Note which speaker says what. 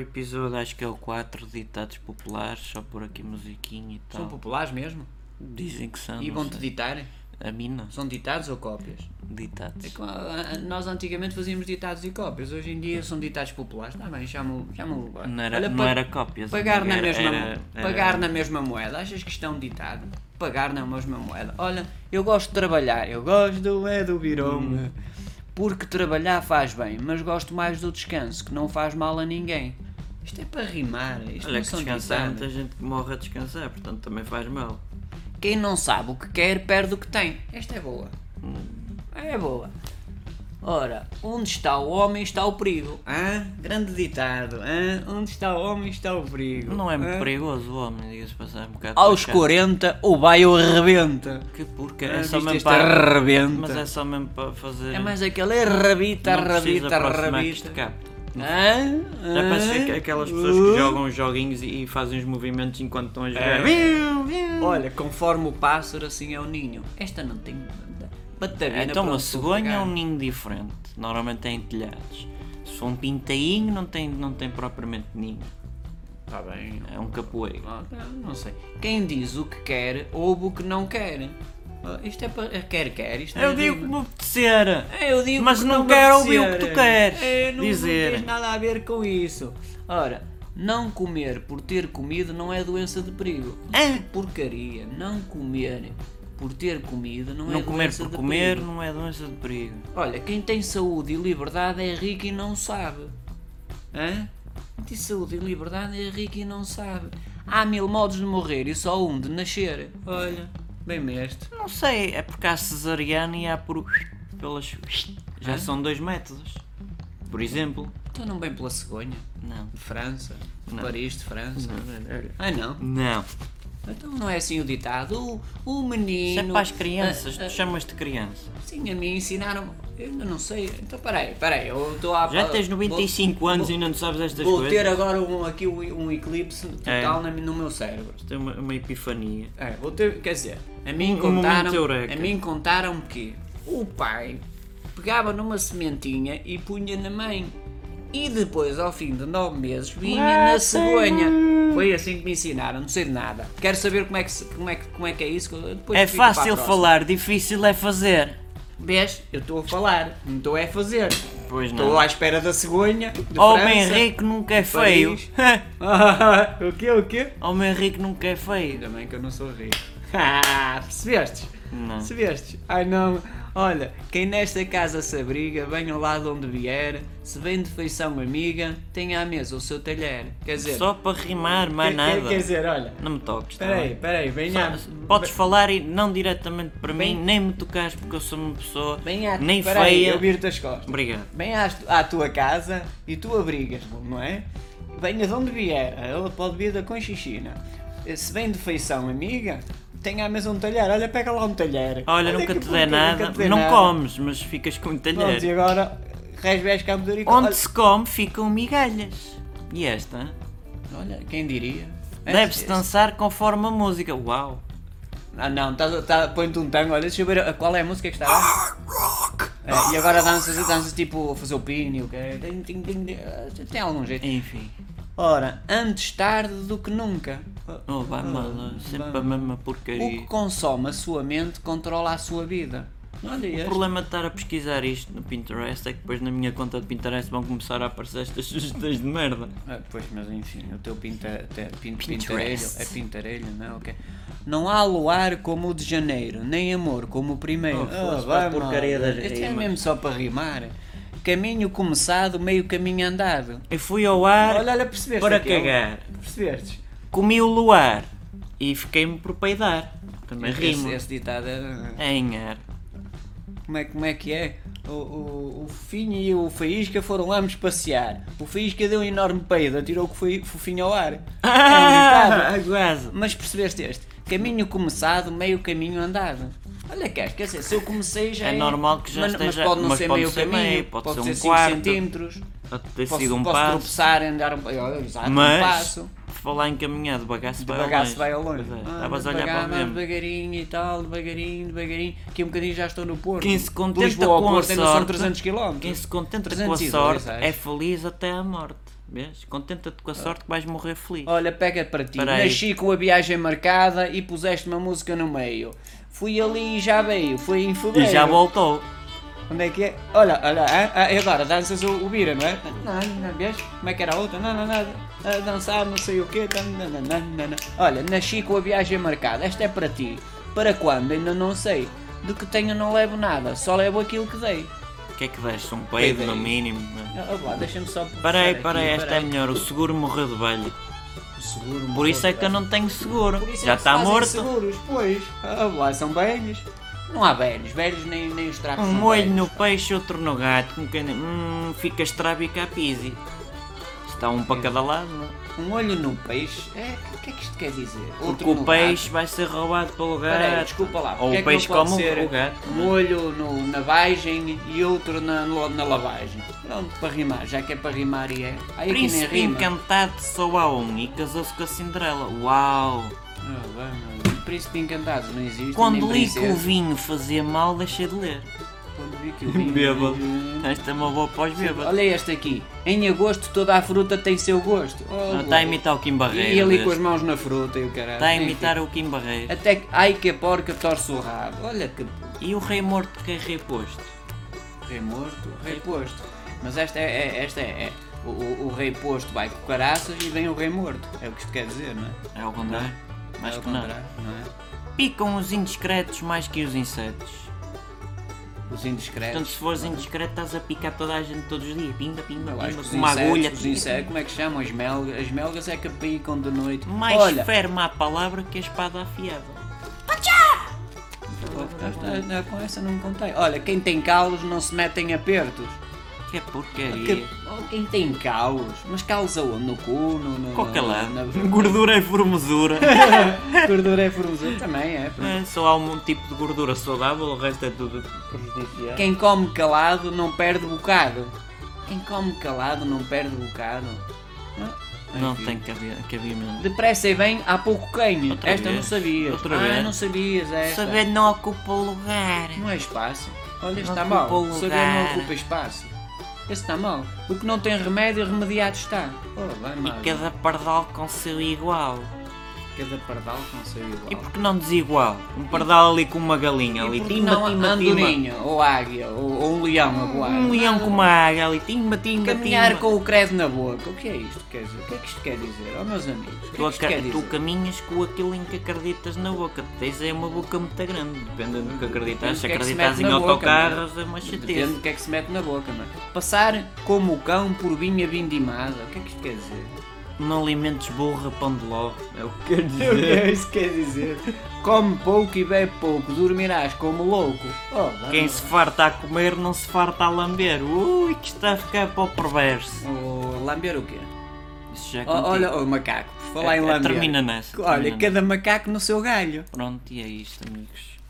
Speaker 1: episódio, acho que é o 4, ditados populares, só por aqui musiquinha e
Speaker 2: São
Speaker 1: tal.
Speaker 2: populares mesmo?
Speaker 1: Dizem que são.
Speaker 2: E
Speaker 1: Tá. não
Speaker 2: vão-te
Speaker 1: sei.
Speaker 2: ditar?
Speaker 1: A mim não.
Speaker 2: São ditados ou cópias?
Speaker 1: Ditados.
Speaker 2: É que, ah, ah, Nós antigamente fazíamos ditados e cópias, hoje em dia são ditados populares. Está bem, chama o lugar.
Speaker 1: Não era,
Speaker 2: Olha,
Speaker 1: não
Speaker 2: pa-
Speaker 1: era cópias.
Speaker 2: Pagar
Speaker 1: amigo,
Speaker 2: na,
Speaker 1: era-
Speaker 2: mesma,
Speaker 1: era-
Speaker 2: mo-
Speaker 1: era-
Speaker 2: pagar na mesma moeda. Achas que isto é um ditado? Pagar na mesma moeda. Olha, eu gosto de trabalhar, eu gosto é do virão.
Speaker 1: Hum.
Speaker 2: Porque trabalhar faz bem, mas gosto mais do descanso, que não faz mal a ninguém. Isto é para rimar, isto
Speaker 1: Olha
Speaker 2: não
Speaker 1: que
Speaker 2: são
Speaker 1: descansar, há muita
Speaker 2: ditados.
Speaker 1: gente que morre a descansar, portanto também faz mal.
Speaker 2: Quem não sabe o que quer, perde o que tem. Esta é boa. É boa. Ora, onde está o homem está o perigo. Hã? Grande ditado. Hã? Onde está o homem está o perigo.
Speaker 1: Não é muito
Speaker 2: Hã?
Speaker 1: perigoso o homem, diga-se passar um bocado.
Speaker 2: Aos
Speaker 1: por
Speaker 2: 40, o baio arrebenta.
Speaker 1: cá. Que porque
Speaker 2: Ah,
Speaker 1: é só
Speaker 2: viste
Speaker 1: mesmo
Speaker 2: este
Speaker 1: para.
Speaker 2: arrebenta.
Speaker 1: Mas é só mesmo para fazer.
Speaker 2: É mais aquele é rabita,
Speaker 1: não precisa
Speaker 2: rabita,
Speaker 1: aproximar que isto
Speaker 2: rabita.
Speaker 1: capta.
Speaker 2: Hã?
Speaker 1: Já
Speaker 2: Hã?
Speaker 1: parece que aquelas pessoas
Speaker 2: Uh.
Speaker 1: que jogam os joguinhos e e fazem os movimentos enquanto estão a jogar. Viu, viu.
Speaker 2: É. Olha, conforme o pássaro, assim é o ninho. Esta não tem nada. Batarina
Speaker 1: Então
Speaker 2: para
Speaker 1: uma
Speaker 2: onde for
Speaker 1: cegonha é
Speaker 2: pegar.
Speaker 1: um ninho diferente. Normalmente tem telhados. Se for um pintainho, não tem, não tem propriamente ninho.
Speaker 2: Está bem.
Speaker 1: É um capoeiro.
Speaker 2: Ah, Não sei. Quem diz o que quer, ouve o que não quer. Ah, Isto é para. Quer, quer. Isto não
Speaker 1: Eu
Speaker 2: é
Speaker 1: digo que
Speaker 2: rima.
Speaker 1: me apetecer.
Speaker 2: É, Eu digo
Speaker 1: Mas
Speaker 2: que
Speaker 1: não
Speaker 2: me
Speaker 1: quero ouvir o que tu
Speaker 2: apetecer.
Speaker 1: queres
Speaker 2: É, não,
Speaker 1: dizer.
Speaker 2: não tens nada a ver com isso. Ora, não comer por ter comido não é doença de perigo.
Speaker 1: Ah.
Speaker 2: Que Porcaria, não comer por ter comido não, é
Speaker 1: Não comer
Speaker 2: doença
Speaker 1: por
Speaker 2: de
Speaker 1: comer
Speaker 2: perigo.
Speaker 1: não é doença de perigo.
Speaker 2: Olha, quem tem saúde e liberdade é rico e não sabe. Hã? Quem tem saúde e liberdade é rico e não sabe. Há mil modos de morrer e só um de nascer. Olha, bem mestre.
Speaker 1: Não sei, é porque há cesariana e há por. pelas. Já são dois métodos. Por exemplo.
Speaker 2: Então não bem pela cegonha.
Speaker 1: Não.
Speaker 2: De França. De
Speaker 1: Não.
Speaker 2: Paris, de França.
Speaker 1: Não.
Speaker 2: Ah não?
Speaker 1: Não.
Speaker 2: Então não é assim o ditado. O, o
Speaker 1: Isso é
Speaker 2: menino.
Speaker 1: para as crianças,
Speaker 2: Ah,
Speaker 1: tu chamas-te criança.
Speaker 2: ah, sim, a mim ensinaram. Eu ainda não sei. Então peraí, peraí. Eu estou a.
Speaker 1: Já tens 95 anos e ainda não sabes estas
Speaker 2: Ah, Vou, vou
Speaker 1: coisas. É.
Speaker 2: ter agora um, aqui um, um eclipse total na- no meu cérebro.
Speaker 1: Tem é uma, uma epifania.
Speaker 2: É, vou ter, quer dizer, a mim
Speaker 1: Um- um
Speaker 2: contaram,
Speaker 1: momento eureka.
Speaker 2: a mim contaram que o pai pegava numa sementinha e punha na mãe. E depois, ao fim de nove meses, vinha
Speaker 1: Ah,
Speaker 2: na cegonha. Foi assim que me ensinaram, não sei de nada. Quero saber como é que, se- como é que, como é, que é isso. que eu- Depois
Speaker 1: É
Speaker 2: fico para a
Speaker 1: fácil
Speaker 2: próxima.
Speaker 1: falar, difícil é fazer.
Speaker 2: Vês? Eu estou a falar, não estou é a fazer.
Speaker 1: Pois
Speaker 2: Estou
Speaker 1: não.
Speaker 2: à espera da cegonha. de
Speaker 1: Homem
Speaker 2: França.
Speaker 1: rico nunca é feio.
Speaker 2: Paris. o quê? O quê?
Speaker 1: Homem rico nunca é feio.
Speaker 2: Ainda bem que eu não sou rico. Ah, percebeste?
Speaker 1: Não.
Speaker 2: Percebeste? Ai não. Olha, quem nesta casa se abriga, venha lá de onde vier. Se vem de feição amiga, tenha à mesa o seu talher. Quer dizer,
Speaker 1: Só para rimar, mais
Speaker 2: quer-
Speaker 1: nada.
Speaker 2: Quer, quer dizer, olha.
Speaker 1: Não me toques, tá
Speaker 2: Peraí,
Speaker 1: bem?
Speaker 2: peraí, venha.
Speaker 1: Só- Podes falar e não diretamente para
Speaker 2: Bem-
Speaker 1: mim, nem me tocares porque eu sou uma pessoa
Speaker 2: Venha,
Speaker 1: nem
Speaker 2: peraí,
Speaker 1: feia.
Speaker 2: Eu viro-te as costas.
Speaker 1: Obrigado.
Speaker 2: Vem às tu- à, tua casa e tu abrigas-me, não é? Venha de onde vier, ela pode vir da Conchichina. Eh, Se vem de feição amiga, tenha à mesa um talher, olha, pega lá um talher.
Speaker 1: Olha, nunca
Speaker 2: que
Speaker 1: te
Speaker 2: porcaria,
Speaker 1: der nada,
Speaker 2: nunca te dei
Speaker 1: não
Speaker 2: nada.
Speaker 1: comes, mas ficas com um
Speaker 2: Pronto, e
Speaker 1: talher.
Speaker 2: agora, resves campos de
Speaker 1: Onde se come ficam migalhas. E esta? hein?
Speaker 2: Olha, quem diria? É,
Speaker 1: Deve-se dançar conforme a música. Uau!
Speaker 2: Ah não, tá, tá, põe-te um tango, olha, deixa eu ver a- qual é a música que está lá. É, e agora danças, danças tipo a fazer o pino, que é- tem- tem- tem- tem algum jeito.
Speaker 1: Enfim.
Speaker 2: Ora, antes tarde do que nunca.
Speaker 1: Oh, vai mal, sempre a mesma porcaria.
Speaker 2: Ah, O que consome a sua mente controla a sua vida. Olha
Speaker 1: O
Speaker 2: este.
Speaker 1: problema de estar a pesquisar isto no Pinterest é que depois na minha conta de Pinterest vão começar a aparecer estas sugestões de merda.
Speaker 2: Ah, pois, mas enfim, o teu pinta, te, pin- pintarelho
Speaker 1: Pinterest.
Speaker 2: é pintarelho, não é? Ok. Não há luar como o de janeiro, nem amor como o primeiro.
Speaker 1: Oh, foda-se,
Speaker 2: vai
Speaker 1: para a porcaria
Speaker 2: mal.
Speaker 1: das
Speaker 2: Este é
Speaker 1: rimas.
Speaker 2: mesmo só para rimar. Caminho começado, meio caminho andado.
Speaker 1: Eu fui ao ar
Speaker 2: Olha, é olha, percebeste?
Speaker 1: para
Speaker 2: aquilo?
Speaker 1: cagar,
Speaker 2: Percebestes?
Speaker 1: comi o luar e fiquei-me por peidar. Também
Speaker 2: Esse,
Speaker 1: rimo.
Speaker 2: esse ditado é-
Speaker 1: É Em ar.
Speaker 2: Como é, como é que é? O, o, o Fofinho e o Faísca foram ambos passear. O Faísca deu um enorme peido, atirou o Foi- Fofinho ao ar.
Speaker 1: Ah,
Speaker 2: É um ditado.
Speaker 1: quase.
Speaker 2: Mas percebeste este? Caminho começado, meio caminho andado. Olha que quer dizer, se eu comecei já
Speaker 1: É normal que já
Speaker 2: mas,
Speaker 1: esteja-
Speaker 2: Mas pode não
Speaker 1: mas
Speaker 2: ser
Speaker 1: pode
Speaker 2: meio
Speaker 1: ser
Speaker 2: caminho,
Speaker 1: meio, pode ser um
Speaker 2: ser 5
Speaker 1: quarto.
Speaker 2: centímetros.
Speaker 1: Pode ter
Speaker 2: Posso,
Speaker 1: sido um
Speaker 2: posso
Speaker 1: passo.
Speaker 2: tropeçar, andar um, olha, exato, um
Speaker 1: Mas,
Speaker 2: passo.
Speaker 1: por falar em caminhar, devagar-se vai
Speaker 2: Devagar
Speaker 1: ao
Speaker 2: se
Speaker 1: longe.
Speaker 2: vai ao longe.
Speaker 1: Pois é,
Speaker 2: Ah,
Speaker 1: Estavas a olhar
Speaker 2: devagar,
Speaker 1: para o
Speaker 2: mais
Speaker 1: mesmo.
Speaker 2: devagarinho e tal, devagarinho, devagarinho. Aqui um bocadinho já estou no Porto.
Speaker 1: Quem se contenta
Speaker 2: Lisboa ao
Speaker 1: com a
Speaker 2: Porto ainda são
Speaker 1: sorte-
Speaker 2: 300 km.
Speaker 1: Quem se contenta com a
Speaker 2: 302,
Speaker 1: sorte
Speaker 2: acho. Ah.
Speaker 1: é feliz até à morte. Vês? Contenta-te com a sorte que vais morrer feliz.
Speaker 2: Olha, pega para ti.
Speaker 1: Espera aí.
Speaker 2: Nasci com a viagem marcada e puseste uma música no meio. Fui ali e já veio, foi em
Speaker 1: E
Speaker 2: fevereiro.
Speaker 1: já voltou.
Speaker 2: Onde é que é? Olha, olha, ah, ah, e agora danças o, o Bira, não é? Não, não, vês? Como é que era a outra? Não, não, não, a dançar não sei o quê. tan, nan, nan, nan, nan, nan. Olha, nasci com a viagem marcada, esta é para ti. Para quando? Ainda não sei. Do que tenho não levo nada, só levo aquilo que dei.
Speaker 1: O que é que deste? Um peido no
Speaker 2: Peido aí.
Speaker 1: mínimo. né?
Speaker 2: Ah, ah, lá, Deixa-me só...
Speaker 1: Parei,
Speaker 2: puxar
Speaker 1: parei,
Speaker 2: aqui,
Speaker 1: esta é melhor. O seguro morreu de velho.
Speaker 2: Seguro,
Speaker 1: Por isso é que eu não tenho seguro.
Speaker 2: Por isso é
Speaker 1: Já
Speaker 2: que se
Speaker 1: está
Speaker 2: fazem
Speaker 1: morto.
Speaker 2: Seguros, pois. Ah, lá são velhos. Não há velhos, velhos nem, nem os trapos.
Speaker 1: Um
Speaker 2: são
Speaker 1: molho
Speaker 2: velhos.
Speaker 1: no peixe, outro no gato. Com quem... Hum, fica estrábica a pisi. Está um para cada lado. não é?
Speaker 2: Um olho no peixe. É, o que é que isto quer dizer?
Speaker 1: Porque
Speaker 2: Outro
Speaker 1: o
Speaker 2: no
Speaker 1: peixe vai ser roubado pelo
Speaker 2: gato. Peraí,
Speaker 1: gato.
Speaker 2: desculpa lá.
Speaker 1: Ou
Speaker 2: porque
Speaker 1: o
Speaker 2: é que
Speaker 1: peixe
Speaker 2: não pode
Speaker 1: come o- é?
Speaker 2: ser
Speaker 1: o gato,
Speaker 2: Um olho no- na vagem e outro na, no- na lavagem. Pronto, para rimar, já que é para rimar e é. Aí que nem
Speaker 1: Príncipe
Speaker 2: rima.
Speaker 1: encantado só há um e casou-se com a Cinderela. Uau!
Speaker 2: Ah, vai, não. Príncipe encantado, não existe.
Speaker 1: Quando
Speaker 2: nem
Speaker 1: li que o
Speaker 2: princesa.
Speaker 1: vinho fazia mal, deixei de ler.
Speaker 2: Quando vi que o vinho-
Speaker 1: Bêbado. Esta é uma boa pós-bêbado.
Speaker 2: Olha este aqui. Em agosto toda a fruta tem seu gosto. Oh,
Speaker 1: Está tá a
Speaker 2: boa.
Speaker 1: imitar o Kim Barreiro.
Speaker 2: E ali com as
Speaker 1: vês?
Speaker 2: mãos É- na fruta e o caralho.
Speaker 1: Está a
Speaker 2: Enfim.
Speaker 1: imitar o Kim Barreiro.
Speaker 2: Até que. Ai que a porca torce o rabo. Olha que.
Speaker 1: E o rei morto que é rei posto?
Speaker 2: Rei morto, rei posto. Mas esta é. é- esta é, é- O, o- o rei posto vai com caraças e vem o rei morto. É o que isto quer dizer, não é?
Speaker 1: É ao contrário? Mais
Speaker 2: É o
Speaker 1: que nada.
Speaker 2: contrário, não é?
Speaker 1: Picam os indiscretos mais que os insetos.
Speaker 2: Os
Speaker 1: Portanto,
Speaker 2: indiscretos.
Speaker 1: se fores indiscreto, estás a picar toda a gente todos os dias. Pinda, pinda,
Speaker 2: Eu acho
Speaker 1: pinda,
Speaker 2: que os
Speaker 1: com uma
Speaker 2: insetos-
Speaker 1: agulha.
Speaker 2: Os insetos, como é que chamam? As melgas? As melgas é que picam de noite.
Speaker 1: Mais
Speaker 2: Olha,
Speaker 1: ferma a palavra que a espada afiada.
Speaker 2: oh, Ah, com essa não me contei. Olha, quem tem calos não se mete em apertos.
Speaker 1: Que é porcaria.
Speaker 2: Que- oh, quem tem calos? Mas calos aonde? No cu? No, no,
Speaker 1: Qualquer lado.
Speaker 2: na-
Speaker 1: Gordura é formosura.
Speaker 2: Gordura é formosura também, é.
Speaker 1: É, Só há um tipo de gordura saudável, o resto é tudo prejudicial.
Speaker 2: Quem come calado não perde bocado. Quem come calado não perde bocado. Ah,
Speaker 1: Não
Speaker 2: enfim.
Speaker 1: tem cabi- cabimento.
Speaker 2: Depressa e bem, há pouco quem.
Speaker 1: Outra
Speaker 2: esta
Speaker 1: vez.
Speaker 2: não sabias.
Speaker 1: Outra
Speaker 2: ah,
Speaker 1: vez.
Speaker 2: não sabias esta.
Speaker 1: Saber não ocupa lugar.
Speaker 2: É, Não é espaço. Olha,
Speaker 1: Não
Speaker 2: está
Speaker 1: ocupa
Speaker 2: mal.
Speaker 1: o
Speaker 2: Saber não
Speaker 1: lugar.
Speaker 2: ocupa espaço. Esse está mal. O que não tem remédio, remediado está. Oh, vai mal.
Speaker 1: E cada pardal com seu igual.
Speaker 2: Cada pardal não sei igual.
Speaker 1: E é por que não desigual? Um pardal ali com uma galinha ali.
Speaker 2: E por que
Speaker 1: Timba,
Speaker 2: não
Speaker 1: timba, timba.
Speaker 2: andorinha, ou águia, ou, ou um leão a voar?
Speaker 1: Um leão com uma águia ali. Timba, timba,
Speaker 2: Caminhar
Speaker 1: timba.
Speaker 2: com o credo na boca, o que é isto? Quer dizer, o que é que isto quer dizer? Oh, meus amigos, o
Speaker 1: Tu,
Speaker 2: que é que isto
Speaker 1: aca-
Speaker 2: quer
Speaker 1: tu
Speaker 2: dizer?
Speaker 1: caminhas com aquilo em que acreditas na boca. Tens é uma boca muito grande, dependendo do que acreditas. Se
Speaker 2: Depende do que é que se
Speaker 1: acreditas
Speaker 2: mete
Speaker 1: em
Speaker 2: na boca,
Speaker 1: autocarros, é uma
Speaker 2: Depende
Speaker 1: chateza.
Speaker 2: do que é que se mete na boca, não é? Passar como o cão por vinha vindimada, o que é que isto quer dizer?
Speaker 1: Não alimentes burra, um pão de ló. É o que quer
Speaker 2: O que
Speaker 1: dizer.
Speaker 2: é que isto quer dizer? Come pouco e bebe pouco, dormirás como louco. Oh, vai
Speaker 1: Quem
Speaker 2: lá.
Speaker 1: se farta a comer, não se farta a lamber. Ui, que está a ficar para o perverso.
Speaker 2: Oh, lamber o quê?
Speaker 1: Isso já é
Speaker 2: Oh,
Speaker 1: contigo.
Speaker 2: olha, oh, macaco, por falar em
Speaker 1: É- é-
Speaker 2: lamber.
Speaker 1: termina nessa,
Speaker 2: Olha,
Speaker 1: termina
Speaker 2: cada macaco no seu galho.
Speaker 1: Pronto, e é isto, amigos.